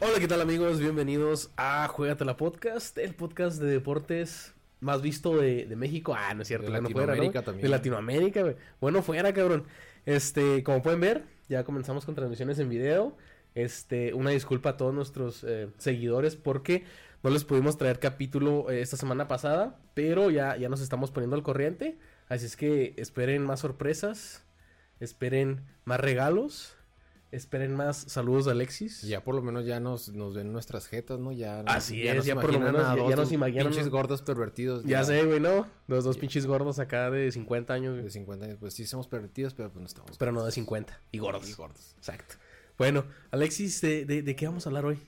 Hola, ¿qué tal amigos? Bienvenidos a Juegatela Podcast, el podcast de deportes más visto de, de México. Ah, no es cierto, De ya no Latinoamérica fuera, ¿no? también. De Latinoamérica, güey. Bueno, fuera, cabrón. Este, como pueden ver, ya comenzamos con transmisiones en video. Este, una disculpa a todos nuestros eh, seguidores porque no les pudimos traer capítulo eh, esta semana pasada, pero ya, ya nos estamos poniendo al corriente. Así es que esperen más sorpresas, esperen más regalos, esperen más saludos de Alexis. Ya por lo menos ya nos, nos ven nuestras jetas, ¿no? Ya, Así es, nos ya por lo imaginan menos a ya- dos ya nos imaginan- Pinches gordos pervertidos. Ya de- sé, güey, ¿no? Los dos pinches gordos acá de 50 años, De güey. 50 años. Pues sí somos pervertidos, pero pues no estamos. Pero no de 50. Y gordos. Y gordos. Exacto. Bueno, Alexis, ¿de, de, de qué vamos a hablar hoy?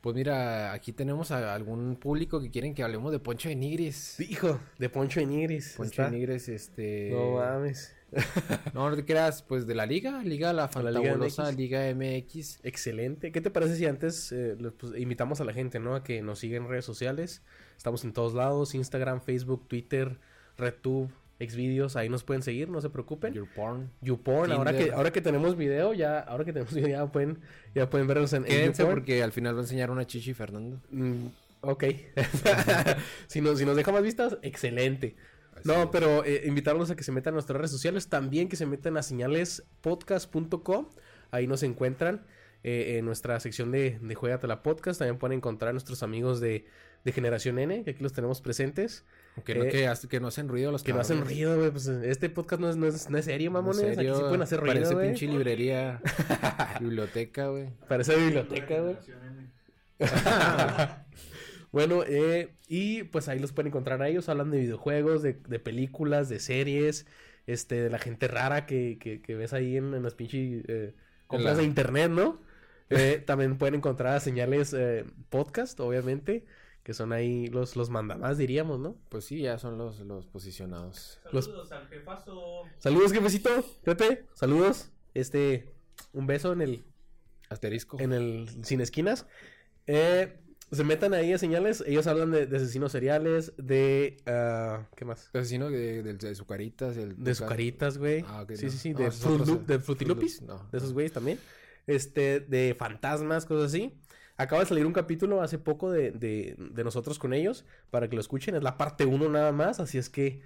Pues mira, aquí tenemos a algún público que quieren que hablemos de Poncho de Nigris. Hijo, de Poncho de Nigris. Poncho ¿está? de Nigris, este... No mames. No, no te creas, pues de la liga, liga la La Liga fantabulosa Liga MX. Excelente. ¿Qué te parece si antes eh, le- pues, invitamos a la gente, ¿no? A que nos siga en redes sociales. Estamos en todos lados: Instagram, Facebook, Twitter, RedTube, Xvideos. Ahí nos pueden seguir, no se preocupen. Your porn. YouPorn, ahora que, Tinder. ahora que tenemos video, ya, ahora que tenemos video, ya pueden, ya pueden vernos en, en Quédense YouPorn. porque al final va a enseñar una chichi Fernando. Mm, ok. si, nos, si nos deja más vistas, excelente. no, pero eh, invitarlos a que se metan a nuestras redes sociales. También que se metan a señalespodcast.com. Ahí nos encuentran eh, en nuestra sección de, de Juegatela Podcast. También pueden encontrar a nuestros amigos de, de Generación N, que aquí los tenemos presentes. Que, no, Eh, que, hace- que no hacen ruido los Que no hacen cabrones. ruido, güey. Pues, este podcast no es, no es, no es serio, mamones. En serio, aquí sí pueden hacer ruido. Parece güey. pinche librería, biblioteca, güey. Parece biblioteca, güey. bueno, eh, y pues ahí los pueden encontrar a ellos. Hablan de videojuegos, de, de películas, de series, este, de la gente rara que, que- que ves ahí en, en las pinches eh, compras la- de internet, ¿no? Eh, también pueden encontrar señales eh, podcast, obviamente, que son ahí los, los mandamás, diríamos, ¿no? Pues sí, ya son los, los posicionados. Los- Saludos al jefazo. Saludos, jefecito, Pepe, saludos. Este, un beso en el, Asterisco. en el Sin Esquinas. Eh, se metan ahí a señales. Ellos hablan de, de asesinos seriales, de. ah, ¿Qué más? Asesino de, de, de Zucaritas. El, De sucaritas, güey. Ah, ok, sí, no. sí, sí. No, de esos otros, Fruit Loop- de eh, Fruit Frutilupis. Loops, no. De esos güeyes también. Este, de fantasmas, cosas así. Acaba de salir un capítulo hace poco de, de- de nosotros con ellos. Para que lo escuchen. Es la parte 1 nada más. Así es que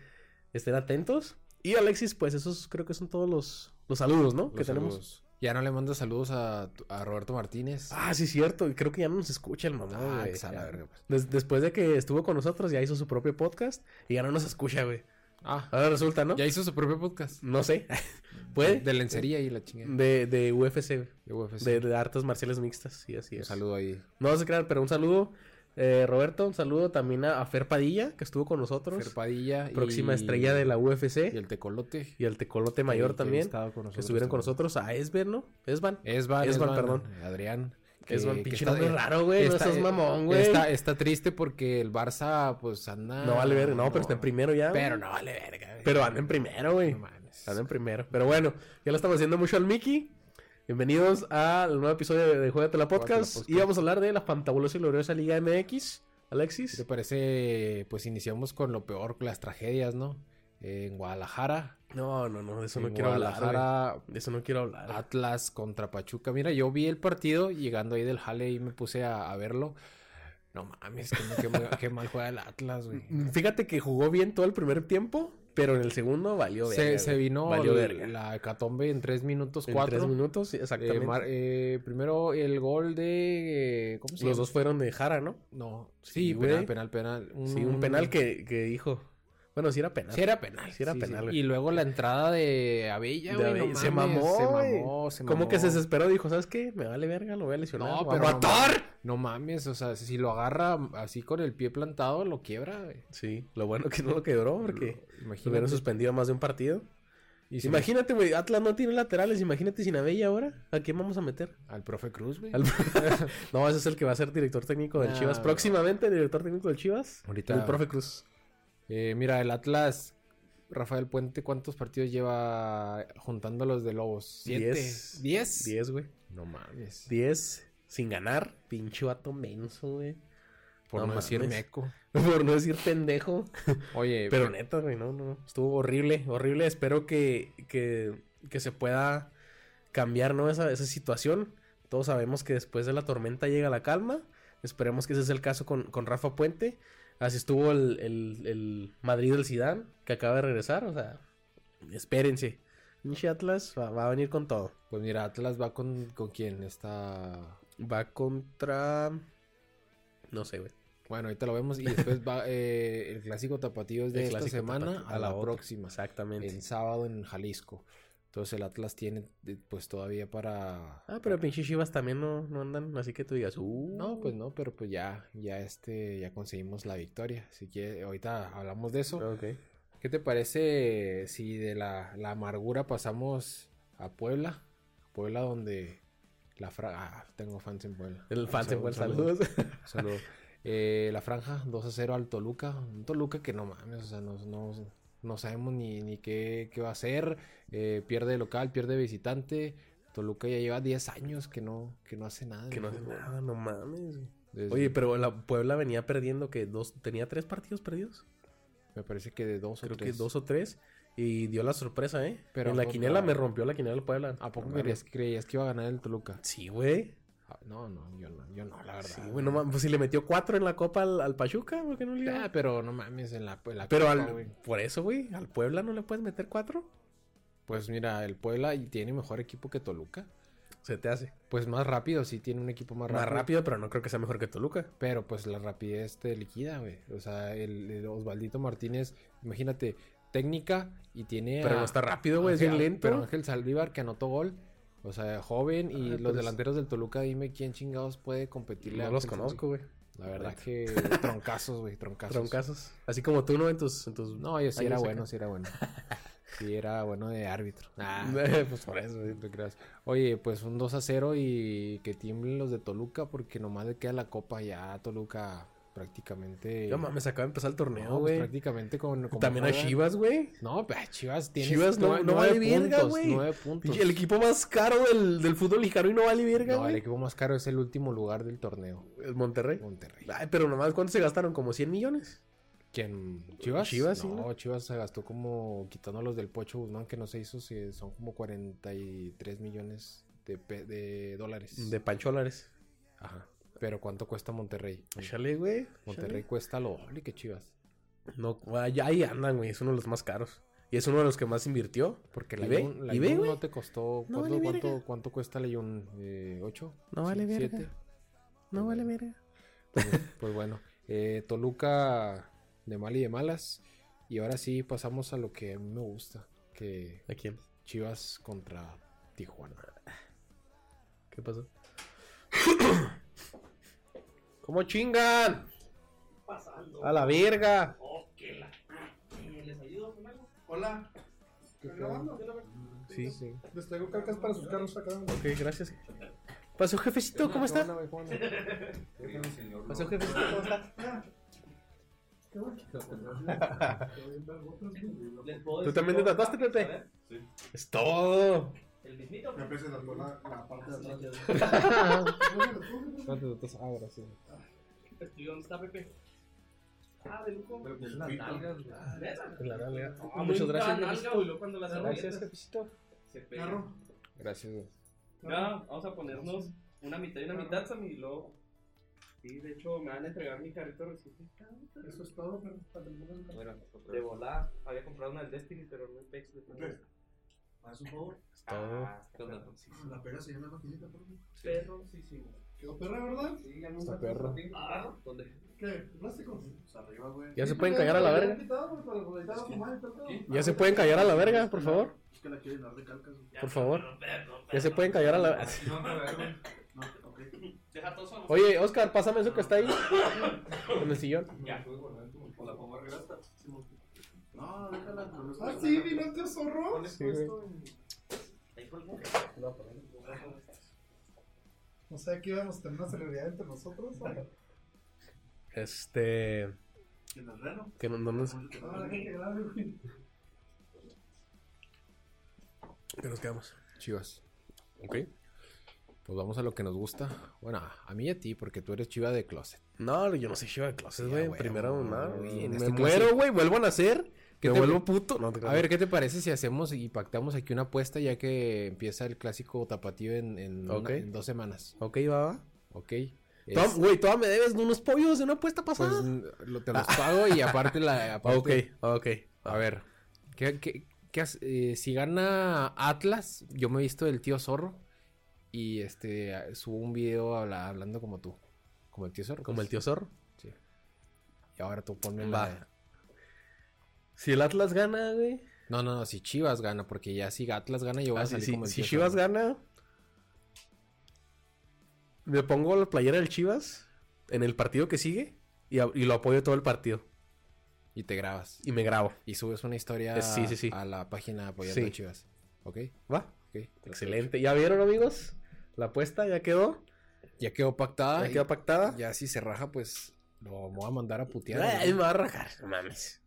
estén atentos. Y Alexis, pues esos creo que son todos los, los saludos, ¿no? Los que tenemos. saludos. Ya no le mando saludos a, tu- a Roberto Martínez. Ah, sí, cierto. y Creo que ya no nos escucha el mamá. Ah, güey. que sea la Ya. verga, pues. Des- después de que estuvo con nosotros, ya hizo su propio podcast y ya no nos escucha, güey. Ah, Ahora resulta, ¿no? ya hizo su propio podcast. No sé. Puede. De lencería y la chingada. De, de UFC, güey. De UFC. De, de artes marciales mixtas. Y así Un es. saludo ahí. No se crean, pero un saludo, eh, Roberto. Un saludo también a a Fer Padilla, que estuvo con nosotros. Ferpadilla. próxima estrella de la Y UFC. el tecolote. Y al Tecolote Que- Mayor que también. estaba con Que nosotros estuvieron con también. nosotros. A Esben, ¿no? Esban. Esban, Esban, Esban, perdón. Adrián. Esban, pinche nombre eh, raro, güey, no seas mamón, güey. Está, está triste porque el Barça, pues anda. No vale verga. No, pero está en primero ya. güey. Pero no vale verga. güey. Pero anden primero, güey. No mames. Andan primero. Pero bueno, ya lo estamos haciendo mucho al Mickey. Bienvenidos al nuevo episodio de, de Juégatela Podcast. Juégatela Podcast. Y vamos a hablar de la fantabulosa y gloriosa Liga MX. ¿Te Alexis. parece? Pues iniciamos con lo peor, con las tragedias, ¿no? Eh, en Guadalajara. No, no, no, de eso no en quiero hablar. güey. Guadalajara, Ah. De eso no quiero hablar. Atlas contra Pachuca. Mira, yo vi el partido llegando ahí del jale y me puse a, a verlo. No mames, qué, qué mal- qué mal juega el Atlas, güey. Fíjate que jugó bien todo el primer tiempo, pero en el segundo valió verga. Se, se güey. vino Valió la- verga. la hecatombe en tres minutos En cuatro. tres minutos, sí, Eh, exactamente. mar- eh, primero el gol de. eh, ¿Cómo se Los llama? dos fueron de Jara, ¿no? No, Sí, sí, penal, güey. penal, penal. Un, Sí, un penal que, que dijo. Bueno, sí era penal. Mm. Sí, era penal. Sí era penal, güey. Y luego la entrada de Abella, De güey. ahí- no se mames, mamó, Se güey. mamó, se Como que se mamó. desesperó, dijo, ¿sabes qué? Me vale verga, lo voy a lesionar. No, lo voy a pero. no matar". mames, No mames, o sea, si lo agarra así con el pie plantado, lo quiebra, güey. Sí, lo bueno que no lo quebró porque lo hubieran Imagínate. suspendido más de un partido. Y se- Imagínate, güey, Atlas no tiene laterales, imagínate sin Abella ahora. ¿A quién vamos a meter? Al profe Cruz, güey. Al- no, ese es el que va a ser director técnico del No, Chivas. no. Próximamente, el director técnico del Chivas. Ahorita- El profe Cruz. Eh, mira, el Atlas. Rafael Puente, ¿cuántos partidos lleva juntando los de Lobos? ¿Siete? Diez. ¿Diez? 10, güey. No mames. 10. sin ganar. Pinche vato menso, güey. Por No no, decir mames. meco. Por no decir pendejo. Oye, Pero neta, güey, no, no. Estuvo horrible, horrible. Espero que, que, que se pueda cambiar, ¿no? Esa, esa situación. Todos sabemos que después de la tormenta llega la calma. Esperemos que ese es el caso con, con Rafa Puente. Así estuvo el, el- el Madrid del Zidane, que acaba de regresar. O sea, espérense. Pinche Atlas va, va a venir con todo. pues mira, Atlas va con, con quién está. Va contra... No sé, güey. Bueno, ahorita lo vemos y después va eh, el clásico tapatío es de El esta clásico semana tapatío, a la, otra. próxima. Exactamente. El sábado en Jalisco. Entonces el Atlas tiene eh, pues todavía para... Ah, pero pinche Chivas también no, no andan. Así que tú digas, uh, No, pues no, pero pues ya, ya este, ya conseguimos la victoria. Si que ahorita hablamos de eso. Ok. ¿Qué te parece si de la, la amargura pasamos a Puebla? Puebla donde la franja... tengo fans en Puebla. El fan se fue, Saludos, saludos. Saludo. Eh, la franja 2 a 0 al Toluca. Un Toluca que no mames, o sea, no, no- no sabemos ni, ni qué, qué va a hacer. Eh, pierde de local, pierde de visitante. Toluca ya lleva 10 años que no, que no hace nada. en Que no el hace fútbol. nada, no mames. güey. Desde- Oye, pero la Puebla venía perdiendo que dos, tenía tres partidos perdidos, me parece que de 2 o creo 3. que dos o tres, y dio la sorpresa, ¿eh? Pero Pero en la contra- quinela me rompió la quinela del Puebla. ¿A poco No creías, mames. creías que iba a ganar el Toluca? Sí, güey. Ah, No, no, yo no, yo no, la verdad. Sí, güey, no mames. Pues si le metió cuatro en la copa al, al Pachuca, ¿por qué no le iba? Ah, pero no mames, en la, en la Pero Copa, al, güey. por eso, güey, al Puebla no le puedes meter cuatro. Pues mira, el Puebla y tiene mejor equipo que Toluca. Se te hace. Pues más rápido, sí tiene un equipo más Más rápido. rápido, pero no creo que sea mejor que Toluca. Pero pues la rapidez te liquida, güey. O sea, el, el Osvaldito Martínez, imagínate, técnica y tiene. Pero a- no está rápido, güey, es bien Ángel- lento. ah, Pero Ángel Saldívar que anotó gol. O sea, joven Ah, y pero los es- delanteros del Toluca, dime quién chingados puede competirle a no los Ángel conozco, güey. Saldívar. La verdad que troncazos, güey, troncazos. Troncazos. Así como tú, ¿no? En tus... En tus No, yo sí era años acá. bueno, sí era bueno. Sí era bueno de árbitro. Ah, pues por eso, güey. no te creas. Oye, pues un 2 a 0 y que tiemblen los de Toluca porque nomás le queda la copa ya a Toluca prácticamente. No mames, acaba de empezar el torneo, No, pues, eh, güey. prácticamente con. como También a juegan. Chivas, güey. No, pero Chivas tiene. Chivas no- nue- no nueve vale verga, puntos, güey. Nueve puntos. El equipo más caro del, del fútbol mexicano y no vale verga, Pues, no, el güey. equipo más caro es el último lugar del torneo. El Monterrey. Monterrey. Ay, pero nomás, ¿cuánto se gastaron? ¿Como 100 millones? ¿Quién? ¿Chivas? Chivas, sí, no, ¿no? Chivas se gastó como quitando los del Pocho Guzmán que no se hizo, se- son como 43 millones de, pe- de dólares. De pancholares. Ajá. Pero ¿cuánto cuesta Monterrey? Chale, güey. Monterrey cuesta lo doble que Chivas. Chale. No, ay, ahí andan, güey. Es uno de los más caros. Y es uno de los que más invirtió. Porque ¿Y la ve? Jun- la ¿Y ve, Jun güey? no te costó. No ¿Cuánto, vale cuánto- verga. cuánto cuesta la Jun? Eh, ¿Ocho? No vale ¿Sí? verga. ¿Siete? No vale verga. Pues, pues bueno, eh, Toluca de mal y de malas. Y ahora sí pasamos a lo que a mí me gusta, que ¿A quién? Chivas contra Tijuana. ¿Qué pasó? ¿Cómo chingan? pasando? A la verga. Oh, que la- ¿Les ayudo con algo? Hola. ¿Están grabando? Sí. Les traigo cartas para sus carros acá. Ok, gracias. Pasó, jefecito, ¿cómo está? Pasó, jefecito, ¿cómo está? ¿Tú también te tatuaste, Pepe? Es todo. El mismito. Me empecé a tatuar la, la parte de atrás. Ah, ¿Y dónde está Pepe? Ah, de lujo. Pero con su pito. Neta. Ah, muchas gracias. Nalga, jefecito. güey, luego cuando las Gracias, arrugas, jefecito. se pega. Carro. Gracias. güey. Ya, vamos a ponernos una mitad y una mitad, Sammy, y luego. Sí, de hecho, me van a entregar mi carrito reciclado. Eso es todo, pero para terminar. De volada. Había comprado una del Destiny, pero no en Pex. Pex. ¿Más un favor? Es todo. Ah, La pega se llama maquinita, por favor. Perro, sí, sí. güey. Quedó perra, ¿verdad? Sí, ya me Está gusta perro. tu Ah, ¿dónde? ¿Qué? ¿Plástico? Pues arriba, güey. Ya se pueden callar a la verga. Ya se pueden callar a la verga, por favor. Es que la quiero llenar de calcas. güey. Por favor. Ya se pueden callar a la verga. No, ok. Deja todo solo. Oye, Oscar, pásame eso que está ahí. En el sillón. Ya. No, déjala. Ah, sí, mira, te zorro. Sí, güey. O sea, que íbamos a tener una celebridad entre nosotros. Este. ¿En el reno? Que no, no nos, Ah, qué grave, güey. que nos quedamos. Chivas. Ok. Nos Pues vamos a lo que nos gusta. Bueno, a mí y a ti, porque tú eres chiva de closet. No, yo no soy chiva de closet, Ya, Ah, güey. güey, Primero, güey, nada. güey, en me este muero, closet. güey. Vuelvo a nacer. ¿Qué me te- vuelvo puto. No, te A ver, ¿qué te parece si hacemos y pactamos aquí una apuesta ya que empieza el clásico tapatío en, en una- Ok. en dos semanas? Ok, va, va. ¿Ok? Toda- Es- Güey, todavía me debes de unos pollos de una apuesta pues pasada. lo- te los pago y aparte la... aparte- ok, ok. A ver, ¿qué, qué- qué has- eh, si gana Atlas, yo me he visto del tío Zorro y este a- subo un video habla- hablando como tú, como el tío Zorro. Como pues. el tío zorro. Sí. Y ahora tú ponme Va. la... Si el Atlas gana, güey. No, no, no, si Chivas gana, porque ya si Atlas gana yo voy Ah, a sí, salir sí, como el si tío Chivas Zorro. gana, me pongo la playera del Chivas en el partido que sigue y, a- y lo apoyo todo el partido Y te grabas. y me grabo. Y subes una historia Eh, sí, sí, sí. a la página apoyando Sí. a Chivas. ¿Ok? ¿Va? Ok. Excelente. ¿Ya vieron, amigos? La apuesta ya quedó. Ya quedó pactada. ya quedó y- pactada. Ah, Ya si se raja, pues lo voy a mandar a putear. Ay, ¿no? me va a rajar. No mames.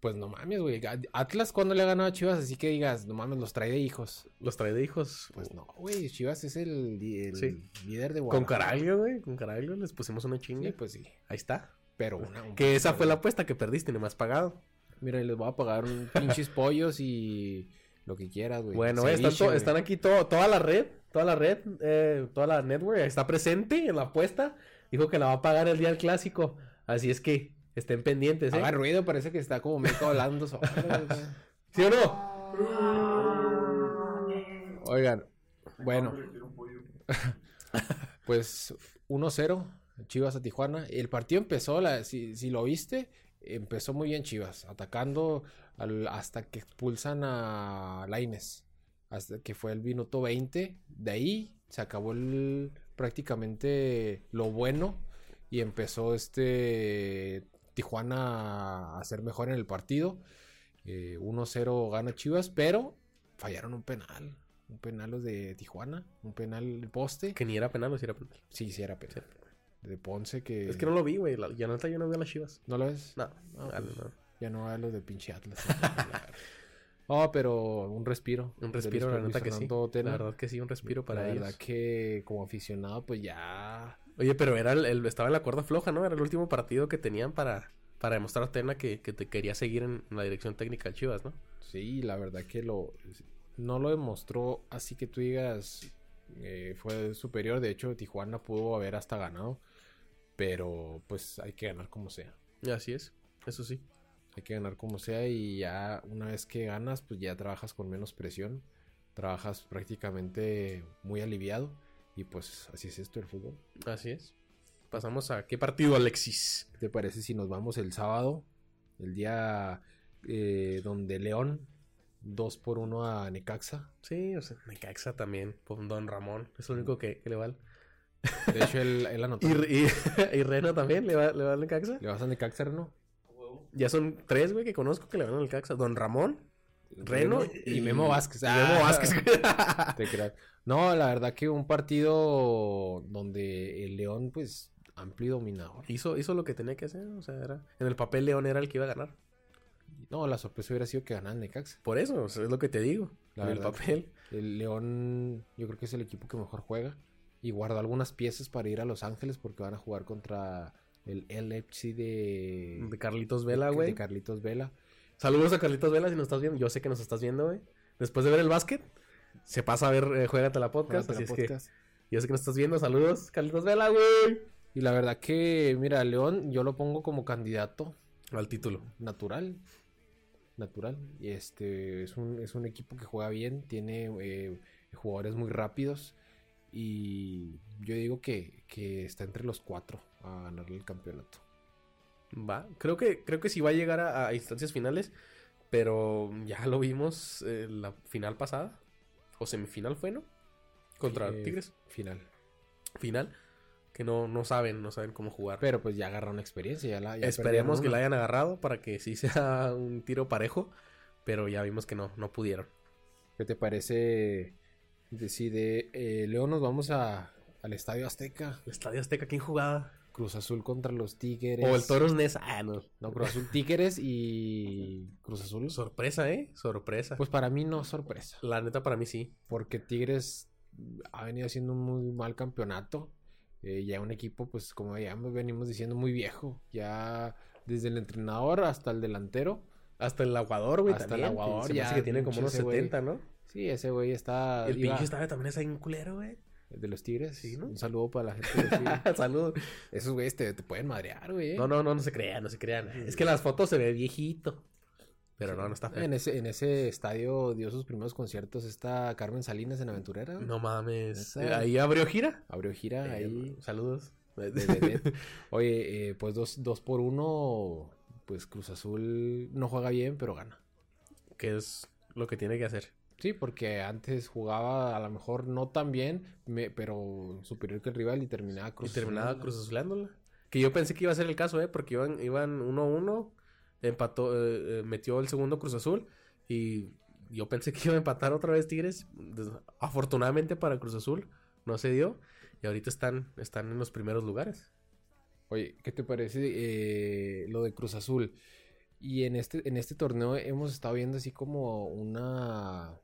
Pues no mames, güey. Atlas cuando le ha ganado a Chivas, así que digas, no mames, los trae de hijos. Los trae de hijos. Pues no, güey. Chivas es el, li- el Sí. líder de Con Guadalajara. Caraglio, güey. Con Caraglio les pusimos una chinga. Sí, pues sí. Ahí está. Pero una. un- Que esa fue la apuesta que perdiste, ni más pagado. Mira, les voy a pagar un pinches pollos y lo que quieras, güey. Bueno, eh, Ceviche, están, to- güey. están aquí todo- toda la red, toda la red, eh, toda la network está presente en la apuesta. Dijo que la va a pagar el día del clásico. Así es que estén pendientes, ¿eh? Haga ruido, parece que está como meco hablando solo, güey. ¿Sí o no? Ah. Oigan, bueno. pues 1-0, Chivas a Tijuana. El partido empezó, la- si, si lo viste, empezó muy bien Chivas, atacando al- hasta que expulsan a Laines, hasta que fue el minuto 20. De ahí se acabó el- prácticamente lo bueno y empezó este Tijuana a ser mejor en el partido. Eh, 1-0 gana Chivas, pero fallaron un penal. Un penal los de Tijuana, un penal de poste. Que ni era penal, no si era penal. Sí, sí era penal. De Ponce que... Es que no lo vi, güey. La- Ya no, yo no vi a las chivas. ¿No lo ves? No, Ah, no, pues. no. Ya no va a los de pinche Atlas. oh, pero un respiro. Un de respiro, Luis- la Luis neta que sí. Fernando Tena. La verdad que sí, un respiro para la ellos. verdad que como aficionado, pues ya... Oye, pero era el, el- estaba en la cuerda floja, ¿no? Era el último partido que tenían para, para demostrar a Tena que, que te quería seguir en la dirección técnica de Chivas, ¿no? Sí, la verdad que lo... No lo demostró así que tú digas... eh, fue superior. De hecho, Tijuana pudo haber hasta ganado. Pero pues hay que ganar como sea. Así es, eso sí. Hay que ganar como sea y ya una vez que ganas, pues ya trabajas con menos presión, trabajas prácticamente muy aliviado y pues así es esto el fútbol. Así es. Pasamos a qué partido, Alexis. ¿Te parece si nos vamos el sábado, el día eh, donde León 2 por 1 a Necaxa? Sí, o sea, Necaxa también, con Don Ramón, es lo único que, que le vale. De hecho, él, él anotó. ¿Y, y, y Rena también le va, le va al Necaxa? ¿Le vas a Necaxa, Reno? A huevo. Ya son tres, güey, que conozco que le van al Necaxa. Don Ramón, Reno y Memo Vázquez. y Memo Ah. Vázquez. Te creas. No, la verdad que un partido donde el León, pues, amplio dominador. hizo, hizo lo que tenía que hacer, o sea, era, en el papel León era el que iba a ganar. No, la sorpresa hubiera sido que ganara el Necaxa. Por eso, o sea, es lo que te digo. La en el verdad. papel. El León, yo creo que es el equipo que mejor juega. Y guardó algunas piezas para ir a Los Ángeles porque van a jugar contra el LFC de, De Carlitos Vela, de- güey. de Carlitos Vela. Saludos a Carlitos Vela si nos estás viendo. Yo sé que nos estás viendo, güey. Después de ver el básquet, se pasa a ver eh, Juégate la Podcast. Juegan Así para es podcast. que yo sé que nos estás viendo. Saludos, Carlitos Vela, güey. Y la verdad que, mira, León yo lo pongo como candidato Al título. natural. Natural. Y este es un, es un equipo que juega bien, tiene eh, jugadores muy rápidos. Y yo digo que, que está entre los cuatro a ganarle el campeonato. Va, creo que, creo que sí va a llegar a, a instancias finales, pero ya lo vimos eh, la final pasada, o semifinal fue, ¿no? Contra Eh, Tigres, Final. final, que no, no saben, no saben cómo jugar. Pero pues ya agarraron experiencia, ya la ya Esperemos perdieron que una. la hayan agarrado para que sí sea un tiro parejo, pero ya vimos que no, no pudieron. ¿Qué te parece? de- Si de eh, León nos vamos a, al Estadio Azteca, El Estadio Azteca, ¿quién jugaba? Cruz Azul contra los Tigres. O el Toros Nesa, ah, no. No, Cruz Azul Tigres y Cruz Azul. Sorpresa, ¿eh? Sorpresa. Pues para mí no sorpresa, la neta para mí sí. porque Tigres ha venido haciendo un muy mal campeonato. Eh, ya un equipo, pues como ya venimos diciendo, muy viejo. Ya desde el entrenador hasta el delantero. Hasta el aguador, güey. Hasta el también, que aguador, se me hace ya, que tiene como pinche unos ese güey. 70, ¿no? Sí, ese güey está... El iba- pinche estaba también es ahí un culero, güey. De los Tigres. Sí, ¿no? Un saludo para la gente de los Tigres. Saludos. Esos güeyes te, te pueden madrear, güey. No, no, no, no se crean, no se crean. Es que en las fotos se ve viejito. Pero Sí. no, no está feo. En ese, en ese estadio dio sus primeros conciertos esta Carmen Salinas en Aventurera. No mames. Eh, Neta. Ahí abrió gira. Abrió gira Eh, ahí. Saludos. de vedette. Oye, eh, pues dos, dos por uno, pues Cruz Azul no juega bien, pero gana. que es lo que tiene que hacer. Sí, porque antes jugaba a lo mejor no tan bien, me- pero superior que el rival y terminaba Cruz y terminaba Azul. cruzazulándola. Que yo pensé que iba a ser el caso, ¿eh? Porque iban iban 1-1, empató, eh, eh, metió el segundo Cruz Azul y yo pensé que iba a empatar otra vez Tigres. Des- Afortunadamente para Cruz Azul no se dio y ahorita están, están en los primeros lugares. Oye, ¿qué te parece eh, lo de Cruz Azul? Y en este, en este torneo hemos estado viendo así como una,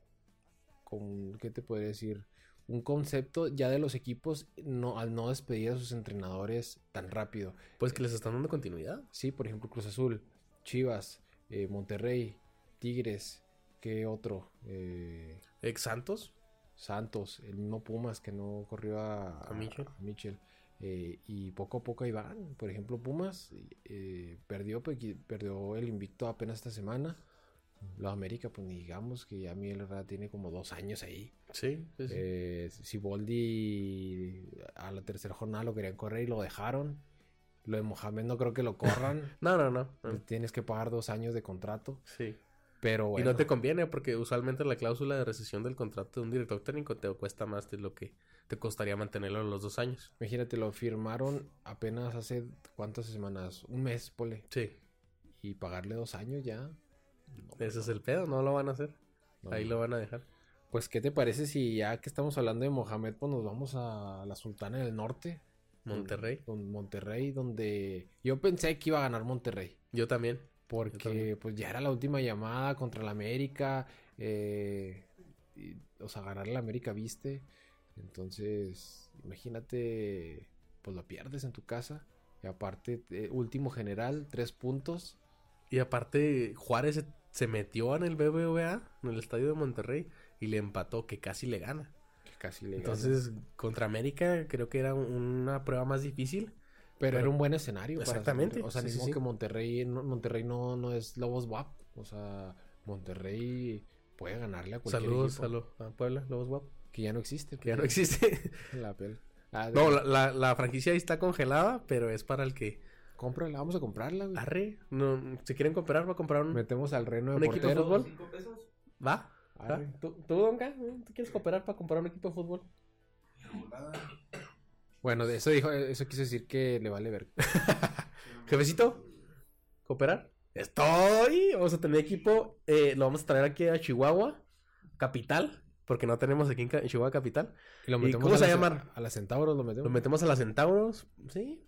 con, ¿qué te podría decir? Un concepto ya de los equipos no, al no despedir a sus entrenadores tan rápido. Pues que les están dando continuidad. Sí, por ejemplo, Cruz Azul, Chivas, eh, Monterrey, Tigres, ¿qué otro? Eh, Ex Santos, Santos, el mismo Pumas que no corrió a, A Mitchell. a Mitchell. Eh, y poco a poco ahí van. Por ejemplo, Pumas eh, perdió, pequi- perdió el invicto apenas esta semana. Los América, pues ni digamos que ya Miguel Herrera tiene como dos años ahí. sí, sí, sí. Eh, Siboldi a la tercera jornada lo querían correr y lo dejaron. Lo de Mohamed no creo que lo corran. no, no, no. no, Le Tienes que pagar dos años de contrato. Sí. Pero bueno, Ah. Y no te conviene porque usualmente la cláusula de rescisión del contrato de un director técnico te cuesta más de lo que te costaría mantenerlo en los dos años. imagínate, lo firmaron apenas hace cuántas semanas, un mes, pole. Sí, Y pagarle dos años ya. ese es el pedo, no lo van a hacer. no, Ahí no. lo van a dejar. Pues, ¿qué te parece si ya que estamos hablando de Mohamed, pues nos vamos a la Sultana del Norte? Monterrey. Don Monterrey, donde yo pensé que iba a ganar Monterrey. Yo también. Porque también. pues ya era la última llamada contra la América. eh, y, o sea, ganar la América, viste. Entonces, imagínate, pues lo pierdes en tu casa. Y aparte, eh, último general, tres puntos. Y aparte, Juárez se, se metió en el BBVA, en el estadio de Monterrey, y le empató, que casi le gana. Que casi le ganas. Entonces, contra América creo que era un- una prueba más difícil. pero era un buen escenario. para Exactamente, Monterrey. o sea, sí, ni sí, modo sí. que Monterrey no, Monterrey no, no es Lobos WAP. O sea, Monterrey puede ganarle a cualquier Saludos equipo. a, lo- a Puebla, Lobos Guap, Que ya no existe. que ya no existe. La pel- Ah, de- no, la, la- la franquicia ahí está congelada, pero es para el que... Cómprala, vamos a comprarla, güey. Arre, no, si quieren comprar, va a comprar un... Metemos al reno ¿Un de equipo de portero. fútbol? Ah. ¿Cinco pesos? ¿Va? Arre. ¿Va? ¿Tú, tú, Donga? ¿Tú quieres cooperar para comprar un equipo de fútbol? Bueno, de eso dijo, eso quiso decir que le vale ver. Jefecito, ¿cooperar? Estoy. Vamos a tener equipo. eh, lo vamos a traer aquí a Chihuahua, capital, porque no tenemos aquí en, Ca- en Chihuahua capital. Y lo ¿Y metemos cómo a se la- llama? A las centauros lo metemos. Lo metemos a las Centauros, ¿sí?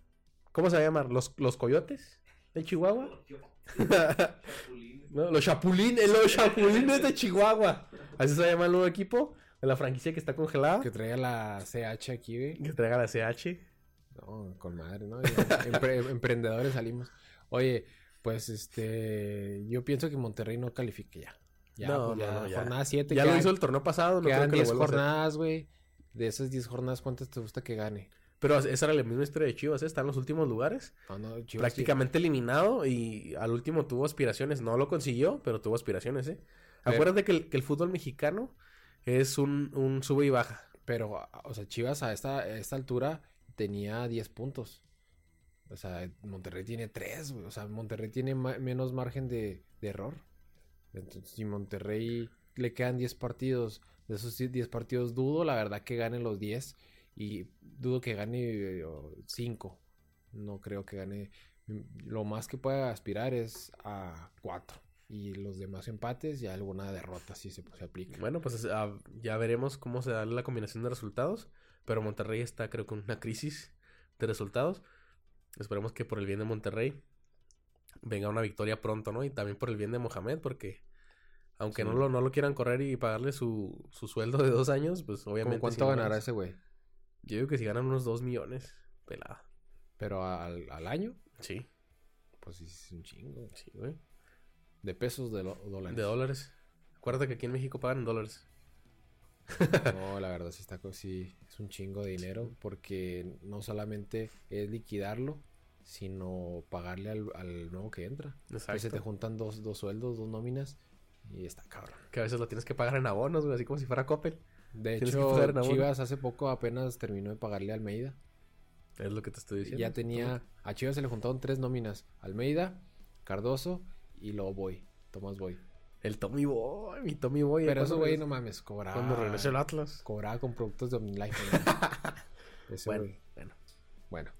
¿Cómo se va a llamar? ¿Los, los Coyotes de Chihuahua? Chapulín. No, los Chapulines, los Chapulines de Chihuahua. Así se va a llamar el nuevo equipo de la franquicia que está congelada. Que traiga la CH aquí, güey. Que traiga la CH. No, con madre, ¿no? Ya, empre- emprendedores salimos. Oye, pues este. Yo pienso que Monterrey no califique ya. Ya, No, pues, no, ya, no, ya. jornada 7. Ya lo hizo el torneo pasado, no creo Quedan que lo 10 vuelva a hacer. jornadas, güey. De esas 10 jornadas, ¿cuántas te gusta que gane? Pero esa era la misma historia de Chivas, ¿eh? está en los últimos lugares. No, no, Chivas sí. prácticamente eliminado y al último tuvo aspiraciones. No lo consiguió, pero tuvo aspiraciones, ¿eh? Pero- Acuérdate que el, que el fútbol mexicano es un, un sube y baja. Pero, a- o sea, Chivas a esta, a esta altura tenía 10 puntos. O sea, Monterrey tiene 3, O sea, Monterrey tiene ma- menos margen de, de error. Entonces, si Monterrey le quedan 10 partidos, de esos 10 partidos dudo, la verdad, que gane los 10. Y dudo que gane 5. No creo que gane. Lo más que pueda aspirar es a 4. Y los demás empates y alguna derrota si se, se aplica. Bueno, pues es- ah, ya veremos cómo se da la combinación de resultados. Pero Monterrey está, creo que, en una crisis de resultados. Esperemos que por el bien de Monterrey venga una victoria pronto, ¿no? Y también por el bien de Mohamed, porque Aunque Sí. no, lo, no lo quieran correr y pagarle su, su sueldo de dos años, pues ¿Cómo obviamente. ¿Cuánto si ganan- ganará ese güey? Yo digo que si ganan unos dos millones, pelada. ¿Pero al, al año? Sí, Pues sí, es un chingo. güey. sí, güey. De pesos de lo- dólares. De dólares. Acuérdate que aquí en México pagan en dólares. No, la verdad sí está co- sí, es un chingo de dinero porque no solamente es liquidarlo, sino pagarle al, al nuevo que entra. Entonces se Pues te Exacto. juntan dos, dos sueldos, dos nóminas y está cabrón. Que a veces lo tienes que pagar en abonos, güey, así como si fuera Coppel. De Tienes que hecho, pagar en abono. Chivas hace poco apenas terminó de pagarle a Almeida. Es lo que te estoy diciendo. Ya tenía, a Chivas se le juntaron tres nóminas, Almeida, Cardoso y luego Boy, Tomás Boy. El Tommy Boy, mi Tommy Boy. ¿eh? Pero eso, cuando güey, regrese- no mames, cobraba. Cuando regrese el Atlas. Cobraba con productos de OmniLife. ¿no? Ese Bueno, güey. bueno. Bueno.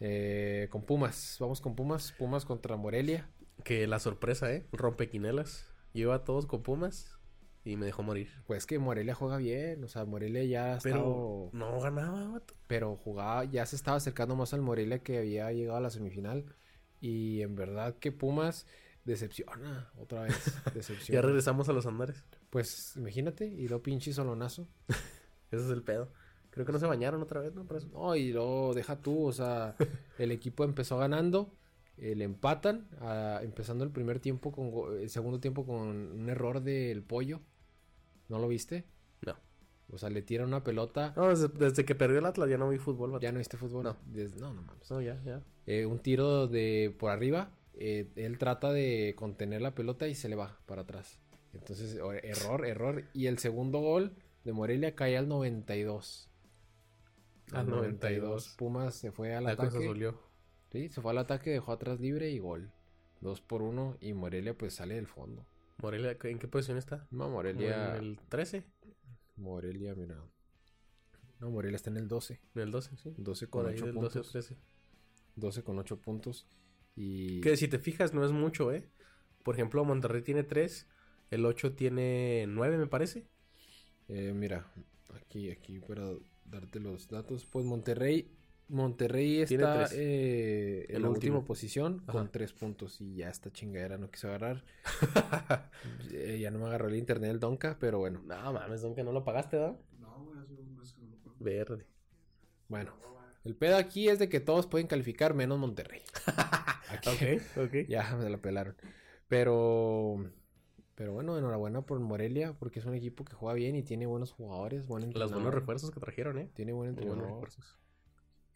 Eh, con Pumas. Vamos con Pumas. Pumas contra Morelia. Que la sorpresa, ¿eh? Rompequinelas. Lleva a todos con Pumas y me dejó morir. Pues que Morelia juega bien. O sea, Morelia ya ha Pero estado- no ganaba, vato. Pero jugaba, ya se estaba acercando más al Morelia que había llegado a la semifinal. Y en verdad que Pumas decepciona otra vez. ya Decepciona. regresamos a los andares. pues imagínate, y lo pinche solonazo. Ese es el pedo. Creo que no se bañaron otra vez, ¿no? Por eso. No, y luego deja tú, o sea, el equipo empezó ganando, eh, le empatan, a- empezando el primer tiempo con go- el segundo tiempo con un error del pollo. ¿No lo viste? No. O sea, le tira una pelota. No, desde, desde que perdió el Atlas ya no vi fútbol, vato. ¿Ya no viste fútbol? No. Des- no, no mames. No, ya, ya. Eh, un tiro de por arriba. eh, él trata de contener la pelota y se le va para atrás. Entonces, o- error, error. Y el segundo gol de Morelia cae al 92. Al 92. Pumas se fue al La cosa ataque. solió. Sí, se fue al ataque, dejó atrás libre y gol. Dos por uno y Morelia pues sale del fondo. Morelia, ¿en qué posición está? No, Como Morelia. En el 13, Morelia, mira. No, Morelia está en el 12. en el 12, sí. 12 con Por ahí 8 del 12 o puntos. 13. 12 con 8 puntos. Y Que si te fijas, no es mucho, ¿eh? Por ejemplo, Monterrey tiene 3, el 8 tiene 9, me parece. eh, mira, aquí, aquí para darte los datos. Pues Monterrey. Monterrey Tiene está tres. eh, en En la la última última. posición con Ajá. 3 puntos. Y ya esta chingadera no quiso agarrar. Eh, ya no me agarró el internet del Donka, pero bueno. No mames, aunque no lo pagaste, ¿verdad? No, güey, hace un mes que no lo pongo. Verde. Bueno, el pedo aquí es de que todos pueden calificar menos Monterrey. Aquí Ok, ok. Ya me la pelaron. Pero, pero bueno, enhorabuena por Morelia, porque es un equipo que juega bien y tiene buenos jugadores, buen Los buenos entrenador, refuerzos que trajeron, ¿eh? Tiene buen Muy buenos entrenador. refuerzos.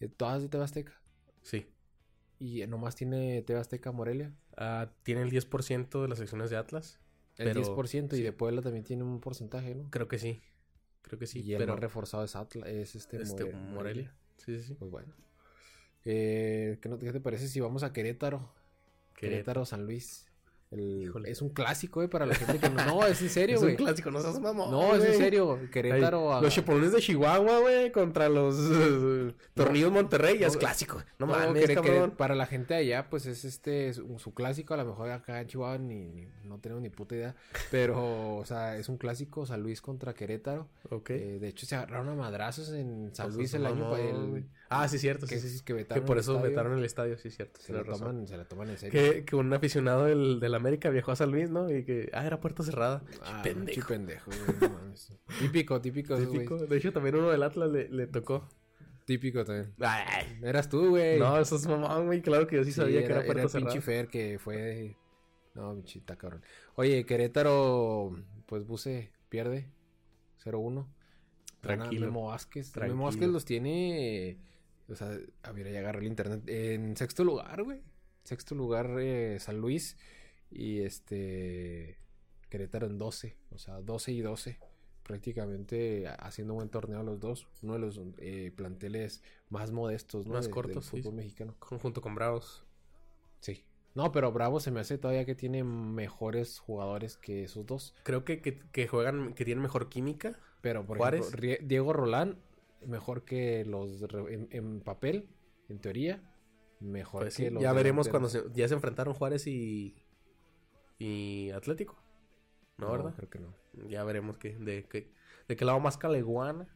Eh, Todas de Tebasteca. Sí. Y nomás tiene Tebasteca Morelia. Ah, tiene el 10% de las acciones de Atlas. El Pero, 10% y sí. de Puebla también tiene un porcentaje, ¿no? Creo que sí. Creo que sí. y el pero más reforzado es, Atla- es este, este, More- Morelia. Sí, sí, sí. Pues bueno. Eh, ¿qué, no- qué te parece si vamos a Querétaro? Querétaro. Querétaro San Luis. El- Híjole. es un clásico, güey, para la gente que no. No, es en serio, Es güey. un clásico, no seas mamón. No, es en güey. serio. Ay, Querétaro. a- Los chipones de Chihuahua, güey, contra los eh, tornillos Monterrey, ya es No, clásico. No, No, mames, Quere- Quere- cabrón. para la gente de allá, pues es este su, su clásico. A lo mejor acá en Chihuahua ni, ni- no tenemos ni puta idea. Pero, o sea, es un clásico San Luis contra Querétaro. Ok. Eh, de hecho, se agarraron a madrazos en San Pues, Luis no, el año no, pa- el- güey. Ah, sí, cierto. que, sí, sí, sí. que Que vetaron por el eso estadio. vetaron el estadio, sí, cierto. Se tienes la, razón. toman, se la toman en serio. Que, que un aficionado del, del América viajó a San Luis, ¿no? Y que, ah, era puerta cerrada. Ah, pendejo. pinche pendejo, güey, no mames. típico, típico, esos güeyes. Típico. De hecho, también uno del Atlas le, le tocó. Típico también. Ay, Eras tú, güey. no, eso es mamón, güey. Claro que yo sí, Sí, sabía que era era puerta el cerrada. pinche Fer que fue. No, pinche, está cabrón. Oye, Querétaro, pues Buse pierde 0-1. Gana Tranquilo. Memo Vázquez. Memo Tranquilo. Vázquez los tiene. O sea, a ver, ya agarré el internet. En sexto lugar, güey. Sexto lugar, eh, San Luis. Y este. Querétaro en 12. O sea, 12 y 12. Prácticamente haciendo buen torneo los dos. Uno de los eh, planteles más modestos, ¿no? Más de- cortos, sí, del fútbol sí. mexicano. Con- junto con Bravos. Sí. No, pero Bravo se me hace todavía que tiene mejores jugadores que esos dos. Creo que, que, que juegan, que tienen mejor química. Pero, por ¿Juárez? ejemplo, Rie- Diego Rolán, mejor que los re- en, en papel, en teoría, mejor Pues que sí, los. ya veremos cuando delanteros. se, ya se enfrentaron Juárez y, y Atlético. ¿No, No, verdad? creo que no. Ya veremos que, de, qué- de qué lado más caleguana.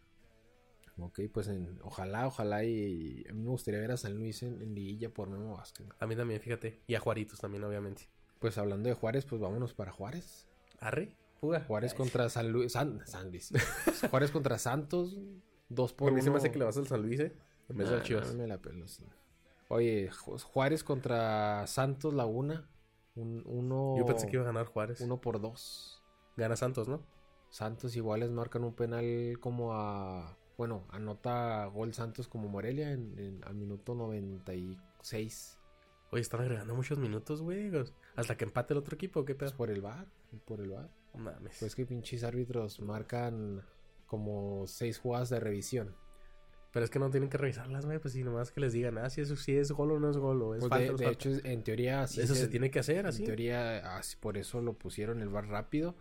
Ok, pues en- ojalá, ojalá. Y, y a mí me gustaría ver a San Luis en, en Liguilla por Memo Vázquez. A mí también, fíjate. Y a Juaritos también, obviamente. Pues hablando de Juárez, pues vámonos para Juárez. Arre, Fuga. Juárez contra San Luis. San, San Luis. Juárez contra Santos. Dos por Por mí se me uno. hace que le vas al San Luis, ¿eh? En vez Nah, de al Chivas. nah, me la pelo, sí. Oye, Ju- Juárez contra Santos Laguna. Un, uno, Yo pensé que iba a ganar Juárez. uno por dos. Gana Santos, ¿no? Santos iguales marcan un penal como a. Bueno, anota gol Santos como Morelia en, en- al minuto 96. Oye, están agregando muchos minutos, güey. Hasta que empate el otro equipo, ¿qué Pues pedo? por el bar, por el bar. No mames. Pues que pinches árbitros marcan como seis jugadas de revisión. Pero es que no tienen que revisarlas, güey. Pues si nomás que les digan, ah, si eso sí es gol o no es gol. O es Pues falta, de, o no es de falta. hecho, es- en teoría así eso se, tiene que hacer así. En teoría, así por eso lo pusieron el bar rápido.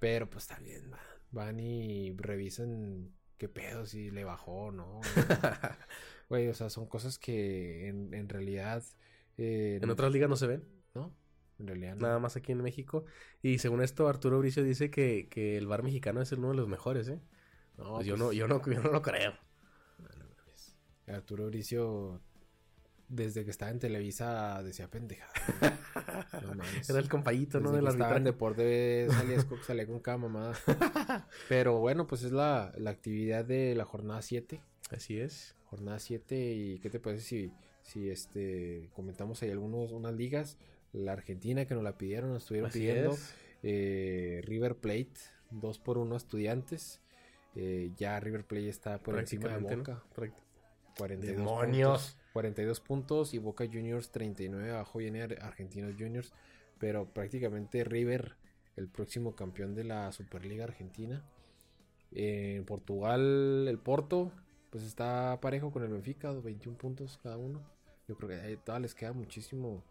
Pero pues también man, van y revisan qué pedo, si le bajó o no. Güey, o sea, son cosas que en, en realidad. eh, en otras ligas no se ven. No, en realidad no. Nada más aquí en México. Y según esto, Arturo Bricio dice que, que el bar mexicano es el uno de los mejores, ¿eh? No, Pues yo, pues, no, yo, no, yo no lo creo. Arturo Bricio, desde que estaba en Televisa, decía pendejada. No mames. Era el compañito, ¿no? Del Desde que estaba en arbitraje. deporte salía, esco- salía con cada mamada. Pero bueno, pues es la, la actividad de la jornada 7. Así es. Jornada 7 y ¿qué te parece si, si este, comentamos ahí algunos, unas ligas? La Argentina que nos la pidieron, nos estuvieron Así pidiendo. es. Eh, River Plate, 2 por 1 estudiantes. Eh, ya River Plate está por encima de Prácticamente, ¿no? Boca. Práct- 42 Demonios. puntos, 42 puntos y Boca Juniors 39 abajo viene Ar- Argentinos Juniors, pero prácticamente River el próximo campeón de la Superliga Argentina. En Portugal el Porto pues está parejo con el Benfica, 21 puntos cada uno. Yo creo que ahí todavía les queda muchísimo.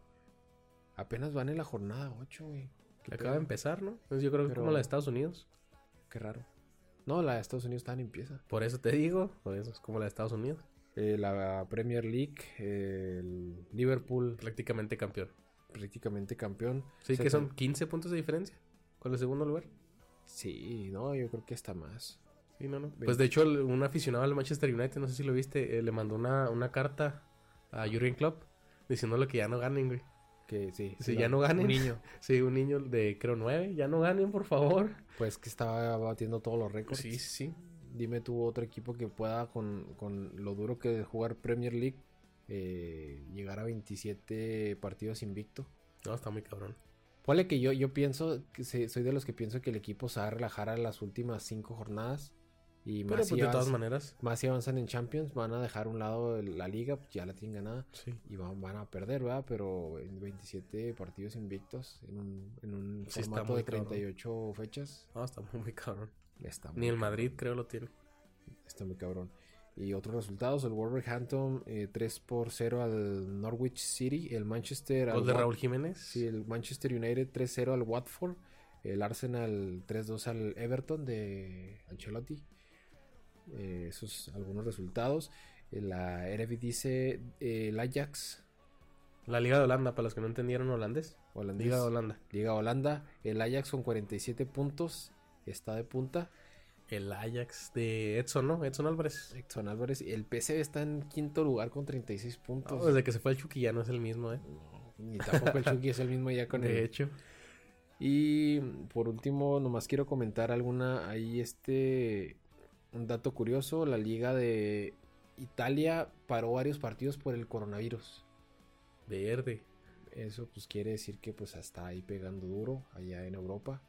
Apenas van en la jornada 8, güey. Qué Acaba de pedo, empezar, ¿no? Entonces yo creo que Pero- como la de Estados Unidos. Qué raro. No, la de Estados Unidos está en empieza. Por eso te digo. Por eso es como la de Estados Unidos. Eh, la Premier League, eh, el Liverpool Prácticamente campeón. prácticamente campeón. Sí, Se que tra- son 15 puntos de diferencia con el segundo lugar. Sí, no, yo creo que está más. Sí, no, no. Pues Veinte. de hecho, el- un aficionado al Manchester United, no sé si lo viste, eh, le mandó una, una carta a Jurgen Klopp diciéndole que ya no ganen, güey. Que sí. Si lo- ya no ganen. un niño. Sí, un niño de creo 9, ya no ganen, por favor. Pues que estaba batiendo todos los récords. Sí, sí, sí. Dime tú otro equipo que pueda con, con lo duro que es jugar Premier League eh, llegar a 27 partidos invicto. No, está muy cabrón. Ponle que yo, yo pienso, que se- soy de los que pienso que el equipo se va a relajar a las últimas cinco jornadas. Y Pero más, pues, si de todas avanz- maneras, más si avanzan en Champions, van a dejar a un lado el- la liga, pues ya la tienen ganada. sí. y van, van a perder, ¿verdad? Pero en 27 partidos invictos en un, en un Sí, está formato muy de cabrón. 38 fechas. No, está muy, muy cabrón. Está muy Ni el cabrón, Madrid creo lo tiene. Está muy cabrón. Y otros resultados, el Wolverhampton eh, 3 por 0 al Norwich City, el Manchester... al Los Pues de Wat- Raúl Jiménez. Sí, el Manchester United 3-0 al Watford, el Arsenal 3-2 al Everton de Ancelotti. Eh, esos algunos resultados. Eh, La Eredivisie, dice el Ajax La Liga de Holanda, para los que no entendieron holandés. holandés. Liga de Holanda. Liga Holanda, el Ajax con 47 puntos está de punta. El Ajax de Edson, ¿no? Edson Álvarez. Edson Álvarez, el PSV está en quinto lugar con 36 puntos. No, desde que se fue el Chucky ya no es el mismo, ¿eh? No, ni tampoco el Chucky es el mismo ya con De él. hecho. Y por último, nomás quiero comentar alguna ahí este un dato curioso, la liga de Italia paró varios partidos por el coronavirus. Verde. Eso pues quiere decir que pues está ahí pegando duro allá en Europa.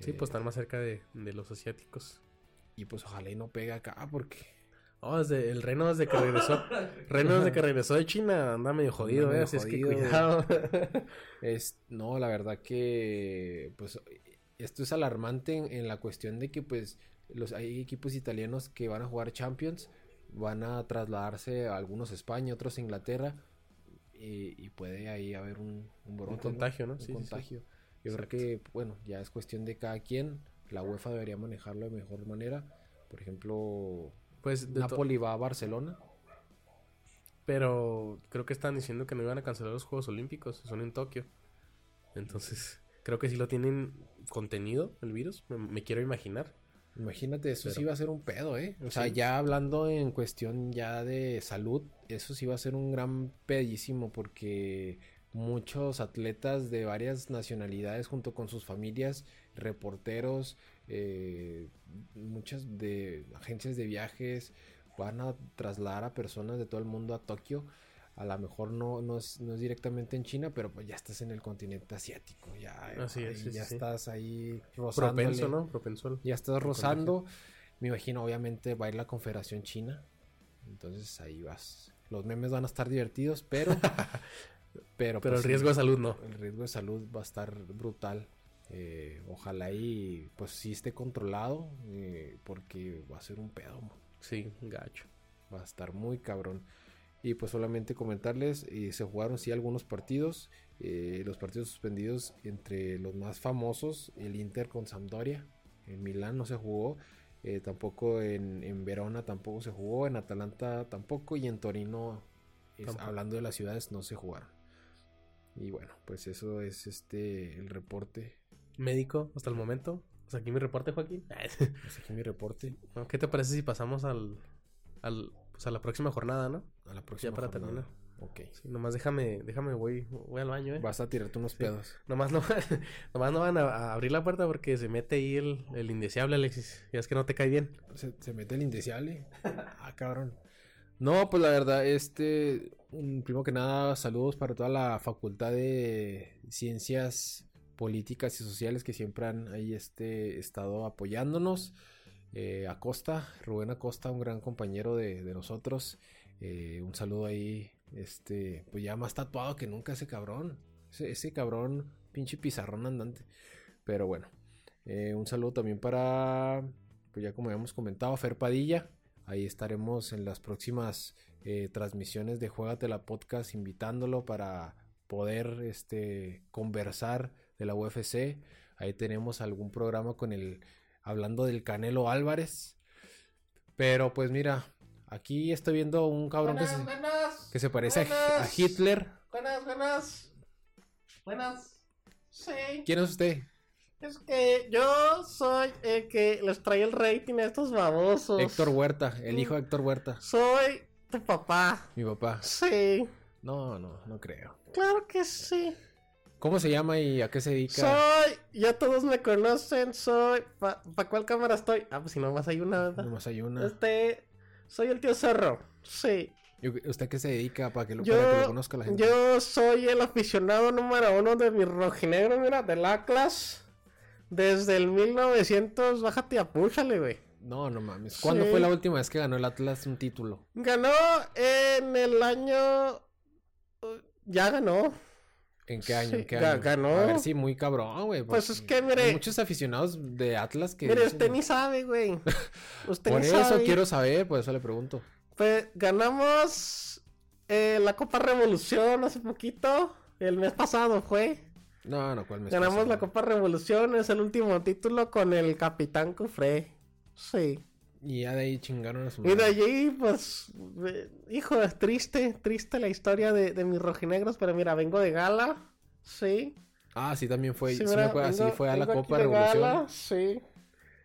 Sí, Eh, pues están más cerca de, de los asiáticos. y pues ojalá y no pegue acá porque Oh, desde, el Reno desde que regresó. Reno desde que regresó de China anda medio jodido, medio ¿eh? Así jodido, güey. es que cuidado. Es, no, la verdad que pues esto es alarmante en, en la cuestión de que pues los hay equipos italianos que van a jugar Champions, van a trasladarse a algunos a España, otros a Inglaterra y, y puede ahí haber un, un brote, Un ¿no? contagio, ¿no? Un Sí, sí, sí. contagio. Yo creo Exacto. que bueno, ya es cuestión de cada quien, la UEFA debería manejarlo de mejor manera. Por ejemplo, Pues de to- Napoli va a Barcelona. Pero creo que están diciendo que no iban a cancelar los Juegos Olímpicos. Son en Tokio. Entonces, creo que sí lo tienen contenido el virus. Me, me quiero imaginar. Imagínate, eso sí Pero- va a ser un pedo, ¿eh? O sea, Sí. ya hablando en cuestión ya de salud, eso sí va a ser un gran pedísimo porque muchos atletas de varias nacionalidades junto con sus familias, reporteros, eh, muchas de agencias de viajes van a trasladar a personas de todo el mundo a Tokio. A lo mejor no, no, es, no es directamente en China, pero pues ya estás en el continente asiático. Ya, Así es, sí, ahí ya sí. estás ahí rozándole. Propenso, ¿no? Propenso. al- Ya estás rozando. Me imagino, obviamente, va a ir la Confederación China. Entonces ahí vas. Los memes van a estar divertidos, pero. pero Pero el pues, riesgo de salud no. el riesgo de salud va a estar brutal. Eh, ojalá y pues sí esté controlado, eh, porque va a ser un pedo, mo. Sí, gacho. va a estar muy cabrón. Y pues solamente comentarles, eh, se jugaron sí algunos partidos, eh, los partidos suspendidos entre los más famosos, el Inter con Sampdoria, en Milán no se jugó, eh, tampoco en, en Verona tampoco se jugó, en Atalanta tampoco y en Torino, es- Tampoco. hablando de las ciudades, no se jugaron. Y bueno, pues eso es este el reporte. Médico, hasta el momento. Pues aquí mi reporte, Joaquín. Hasta aquí mi reporte. Bueno, ¿Qué te parece si pasamos al, al pues a la próxima jornada, no? A la próxima. para jornada. Ok. Sí, nomás déjame, déjame, voy, voy al baño, eh. Vas a tirarte unos Sí. pedos. Nomás no, nomás no van a, a abrir la puerta porque se mete ahí el, el indeseable, Alexis. Ya es que no te cae bien. Se, se mete el indeciable. Ah, cabrón. No, pues la verdad, este, mm, primero que nada, saludos para toda la Facultad de Ciencias Políticas y Sociales que siempre han ahí este, estado apoyándonos. Eh, Acosta, Rubén Acosta, un gran compañero de, de nosotros. Eh, un saludo ahí, este, pues ya más tatuado que nunca ese cabrón. Ese, ese cabrón, pinche pizarrón andante. Pero bueno, eh, un saludo también para pues ya como habíamos comentado, Fer Padilla. Ahí estaremos en las próximas eh, transmisiones de Juégatela Podcast invitándolo para poder este, conversar de la UFC. Ahí tenemos algún programa con el hablando del Canelo Álvarez. Pero pues mira, aquí estoy viendo un cabrón que se, buenas, que se parece a, a Hitler. buenas, buenas, buenas. Sí. ¿Quién es usted? Es que yo soy el que les trae el rating a estos babosos. Héctor Huerta, el Mm. hijo de Héctor Huerta, Soy tu papá. mi papá. Sí. No, no, no creo. Claro que sí. ¿Cómo se llama y a qué se dedica? Soy, ya todos me conocen, soy. ¿Para cuál cámara estoy? Ah, pues si nomás hay una, ¿verdad? Nomás hay una. Este. Soy el tío Zorro. Sí. ¿Y ¿Usted qué se dedica para que lo, Yo- para que lo conozca la gente? Yo soy el aficionado número uno de mi rojinegro, mira, del Atlas. Desde el 1900, bájate y apúchale, güey. No, no mames. ¿Cuándo Sí. fue la última vez que ganó el Atlas un título? Ganó en el año. eh, Ya ganó. ¿En qué año? Sí, ¿En qué ga- año? ganó. A ver si muy cabrón, güey. Pues porque es que, mire- Hay muchos aficionados de Atlas que. Mire, dicen- usted ni sabe, güey. Usted Por ni eso sabe. quiero saber, por eso le pregunto. Pues ganamos eh, la Copa Revolución hace poquito. El mes pasado fue. No, no, ¿cuál me Ganamos pasa? la Copa Revolución, es el último título con el Capitán Cufré. Sí. Y ya de ahí chingaron a su Y de madre. allí, pues, eh, hijo, es triste, triste la historia de, de mis rojinegros, pero mira, vengo de gala, sí. Ah, sí, también fue. Sí, mira, me acuerdo, sí, vengo- fue a la vengo aquí Copa de Revolución. gala, sí.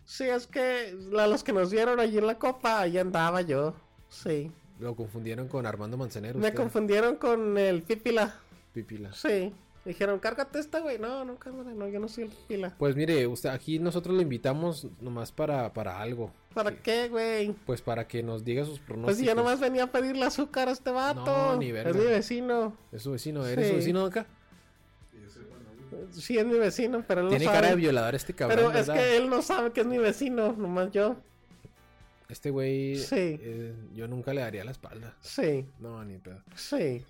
Sí, es que a los que nos vieron allí en la Copa, allí andaba yo, sí. Lo confundieron con Armando Manzanero. Me usted, confundieron con el Pipila, Pipila. sí. Dijeron, cárgate esta, güey. No, no, cámara, no, yo no soy el Pipila. Pues mire, usted, aquí nosotros lo invitamos nomás para, para algo. ¿Para qué, güey? Pues para que nos diga sus pronósticos. Pues si yo nomás venía a pedirle azúcar a este vato. No, ni verga. es mi vecino. Es su vecino, ¿eres Sí. su vecino acá? Sí, es mi vecino, pero él no Tiene sabe. cara de violador este cabrón, pero es ¿verdad? que él no sabe que es mi vecino, nomás yo. Este güey, Sí. eh, yo nunca le daría la espalda. Sí, No, ni pedo. sí.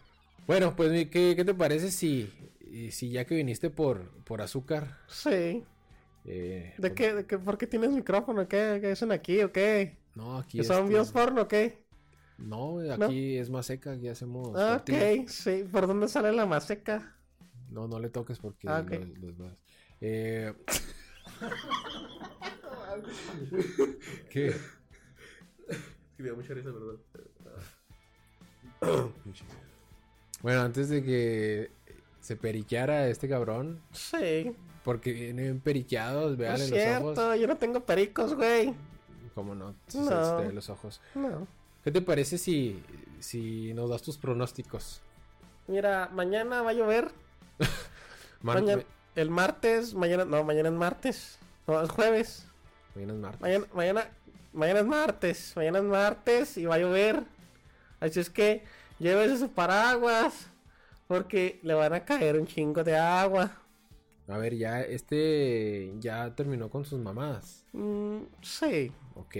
Bueno, pues, mi- ¿qué, qué te parece si, y si ya que viniste por, por azúcar? Sí. eh, ¿De por- qué, de qué- ¿Por qué tienes micrófono? ¿Qué, qué hacen aquí o qué? No, aquí ¿Que son este, videos porno o qué? No, aquí es más seca, aquí hacemos... Ah, tortillas. ok, sí. ¿Por dónde sale la maseca? No, no le toques porque... Ah, ok. los- los vas- eh, ¿Qué? Sí, me dio mucha risa, perdón. Bueno, antes de que se periqueara este cabrón, Sí. porque vienen periqueados, No vean es en los ojos. cierto, yo no tengo pericos, güey. ¿Cómo no? Sí, No. se te ven los ojos. No. ¿Qué te parece si, si nos das tus pronósticos? Mira, mañana va a llover. Mar- Mañana- el martes, mañana, no, mañana es martes. No, es jueves. Mañana es martes. Mañana, mañana, mañana es martes. Mañana es martes y va a llover. Así es que llévese su paraguas. Porque le van a caer un chingo de agua. A ver, ya este ya terminó con sus mamadas. Mm, sí. Ok.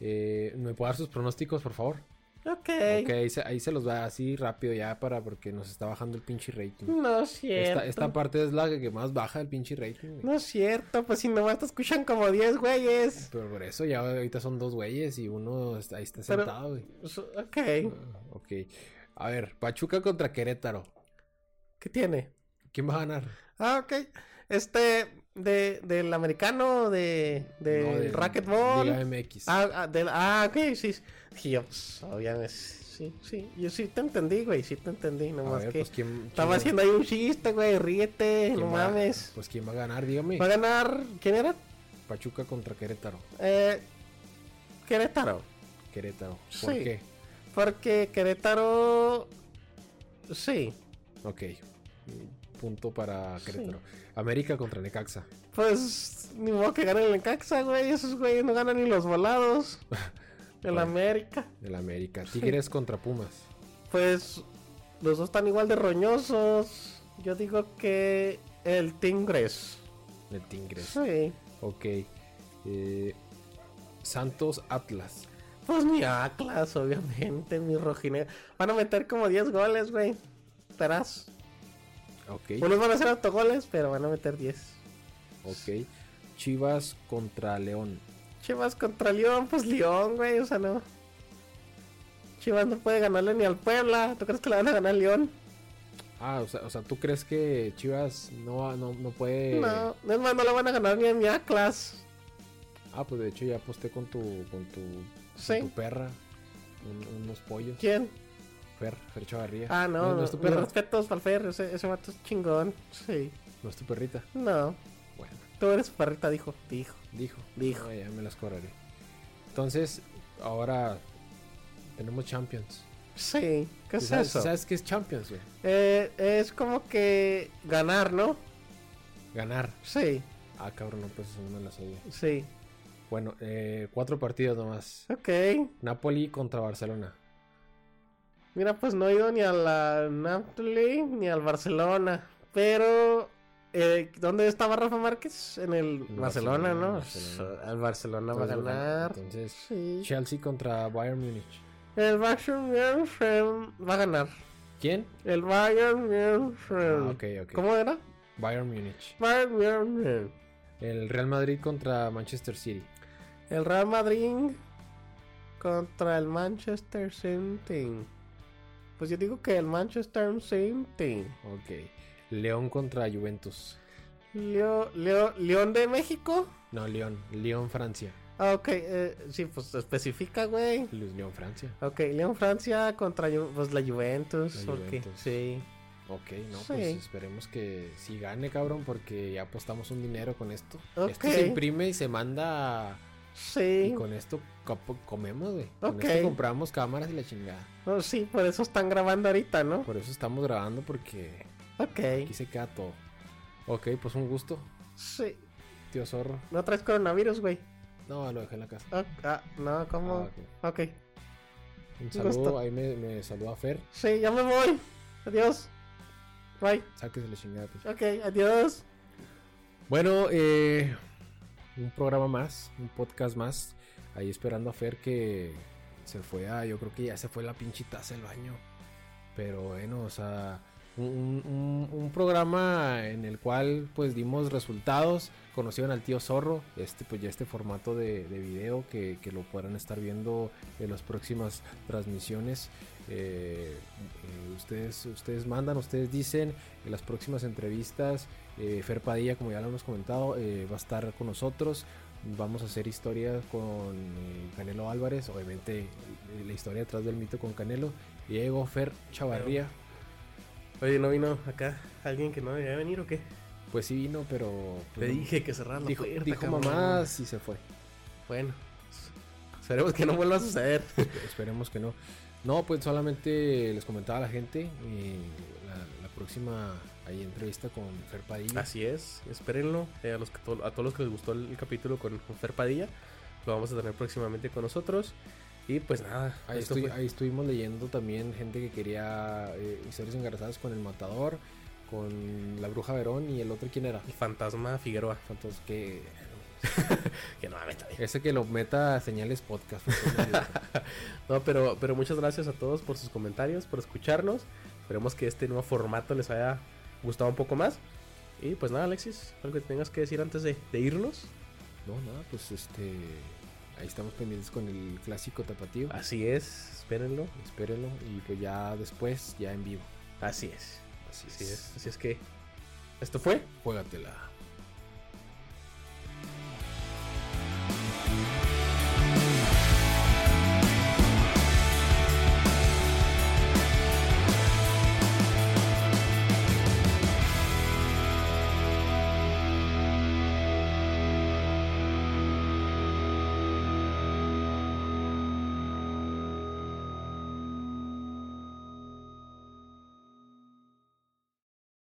Eh, ¿Me puedo dar sus pronósticos, por favor? Ok. Ok, ahí se, ahí se los da así rápido ya para porque nos está bajando el pinche rating. No es Mm, cierto. Esta, esta parte es la que más baja el pinche rating. güey. No es cierto, pues si nomás te escuchan como 10 güeyes. Pero por eso ya ahorita son dos güeyes y uno está- ahí está Pero- sentado, güey. Pues, Ok. Ah, ok. A ver, Pachuca contra Querétaro. ¿Qué tiene? ¿Quién va a ganar? Ah, ok. Este, de, del americano, de, del No, racquetball. Liga MX. Ah, ah, del, ah, ok, sí. sí, yo, pues, obviamente, sí, sí. Yo sí te entendí, güey, sí te entendí. A Nomás ver, que pues, ¿quién- quién estaba va- haciendo ahí un chiste, güey, ríete, quién no va- mames. Pues quién va a ganar, dígame. Va a ganar, ¿quién era? Pachuca contra Querétaro. Eh, Querétaro. Querétaro. ¿Por Sí. qué? Porque Querétaro. Sí. Ok. Mm, Punto para Querétaro. América contra Necaxa. Pues ni modo que gane el Necaxa, güey. Esos güeyes no ganan ni los volados. El Bueno. América. El América. Tigres contra Pumas. Pues los dos están igual de roñosos. Yo digo que el Tingres. El Tigres. Sí. Ok. Eh, Santos Atlas. Pues mi Atlas, obviamente, mi rojinegro. Van a meter como 10 goles, güey. Verás. Ok. Unos van a hacer autogoles, pero van a meter 10. Ok. Chivas contra León. Chivas contra León, pues León, güey, o sea, no. Chivas no puede ganarle ni al Puebla. ¿Tú crees que le van a ganar a León? Ah, o sea, o sea, ¿tú crees que Chivas no, va- no, no puede...? No, es más, no le van a ganar ni a mi Atlas. Ah, pues de hecho ya aposté con tu, con tu, con Sí. tu perra. un- unos pollos. ¿Quién? Fer, Fer Chavarría. Ah, no, no, no es tu mis perra. respetos para el Fer, ese, ese vato es chingón. Sí, No es tu perrita. no, Bueno, tú eres perrita, dijo, dijo. dijo. Dijo. Ah, ya me las cobraré. Entonces, ahora tenemos Champions. Sí, ¿qué ¿Sí ¿Sabes, es Pues eso? ¿Sabes qué es Champions, güey? Eh, es como que ganar, ¿no? Ganar. Sí, Ah, cabrón, no, pues eso no me la sabía. sí, Bueno, eh, cuatro partidos nomás. ok. Napoli contra Barcelona. Mira, pues no he ido ni a la Napoli ni al Barcelona, pero... eh, ¿Dónde estaba Rafa Márquez? En el En Barcelona, Barcelona, ¿no? Ah, Barcelona. El Barcelona va a Entonces, ganar. Entonces, Sí. Chelsea contra Bayern Múnich. El Bayern München va a ganar. ¿Quién? El Bayern München. Ah, ok, ok. ¿Cómo era? Bayern Múnich. Bayern München. El Real Madrid contra Manchester City. El Real Madrid contra el Manchester City. Pues yo digo que el Manchester City. Ok. León contra Juventus. Leo- Leo- León de México. No, León. León, Francia. Ah, ok. eh, sí, pues especifica, güey. León, Francia. Ok, León Francia contra Ju- pues, la Juventus. La porque- Juventus. Sí. Ok, no, Sí. pues esperemos que sí gane, cabrón, porque ya apostamos un dinero con esto. Esto Ok. se imprime y se manda. Sí. Y con esto co- comemos, güey. Con Ok. esto compramos cámaras y la chingada. No, sí, por eso están grabando ahorita, ¿no? Por eso estamos grabando, porque Ok. aquí se queda todo. Ok, pues un gusto, Sí. tío Zorro. No traes coronavirus, güey. No, lo dejé en la casa. Ah, ah, no, ¿cómo? Ah, ok. ok. Un gusto. saludo, ahí me, me saluda Fer. Sí, ya me voy. Adiós. Bye. Sáquese la chingada. pues. Ok, adiós. Bueno, eh, un programa más, un podcast más. Ahí esperando a Fer que se fue a. Yo creo que ya se fue la pinchita hace el baño. Pero bueno, o sea, un, un- un- un programa en el cual pues dimos resultados. Conocieron al tío Zorro. Este, pues ya este formato de, de video que, que lo podrán estar viendo en las próximas transmisiones. Eh, eh, ustedes, ustedes mandan, ustedes dicen en las próximas entrevistas. Eh, Fer Padilla, como ya lo hemos comentado, eh, va a estar con nosotros. Vamos a hacer historia con eh, Canelo Álvarez, obviamente eh, la historia detrás del mito con Canelo. Diego Fer Chavarría, Oye, ¿no vino acá alguien que no debía venir o qué? pues sí vino, pero Te pues, no. dije que cerrar la dijo, puerta, dijo cabrón. mamás y se fue. Bueno, esperemos que no vuelva a suceder. Esperemos que no. No, pues solamente les comentaba a la gente eh, la, la próxima ahí entrevista con Fer Padilla. Así es, espérenlo. eh, a, los que to- a todos los que les gustó el, el capítulo con, con Fer Padilla, lo vamos a tener próximamente con nosotros. Y pues nada, Ahí, esto estu- fue- ahí estuvimos leyendo también gente que quería eh, historias engarzadas con el matador, con la bruja Verón y el otro quién era. el fantasma Figueroa. Entonces que Que no, está bien. ese que lo meta a señales podcast. por favor. No, pero, pero muchas gracias a todos por sus comentarios, por escucharnos. Esperemos que este nuevo formato les haya gustado un poco más. Y pues nada, Alexis, algo que tengas que decir antes de, de irnos. no, nada, pues este ahí estamos pendientes con el clásico tapatío. Así es, espérenlo. Espérenlo y pues ya después ya en vivo. Así es, Así, así es. Así es que esto fue Juégatela.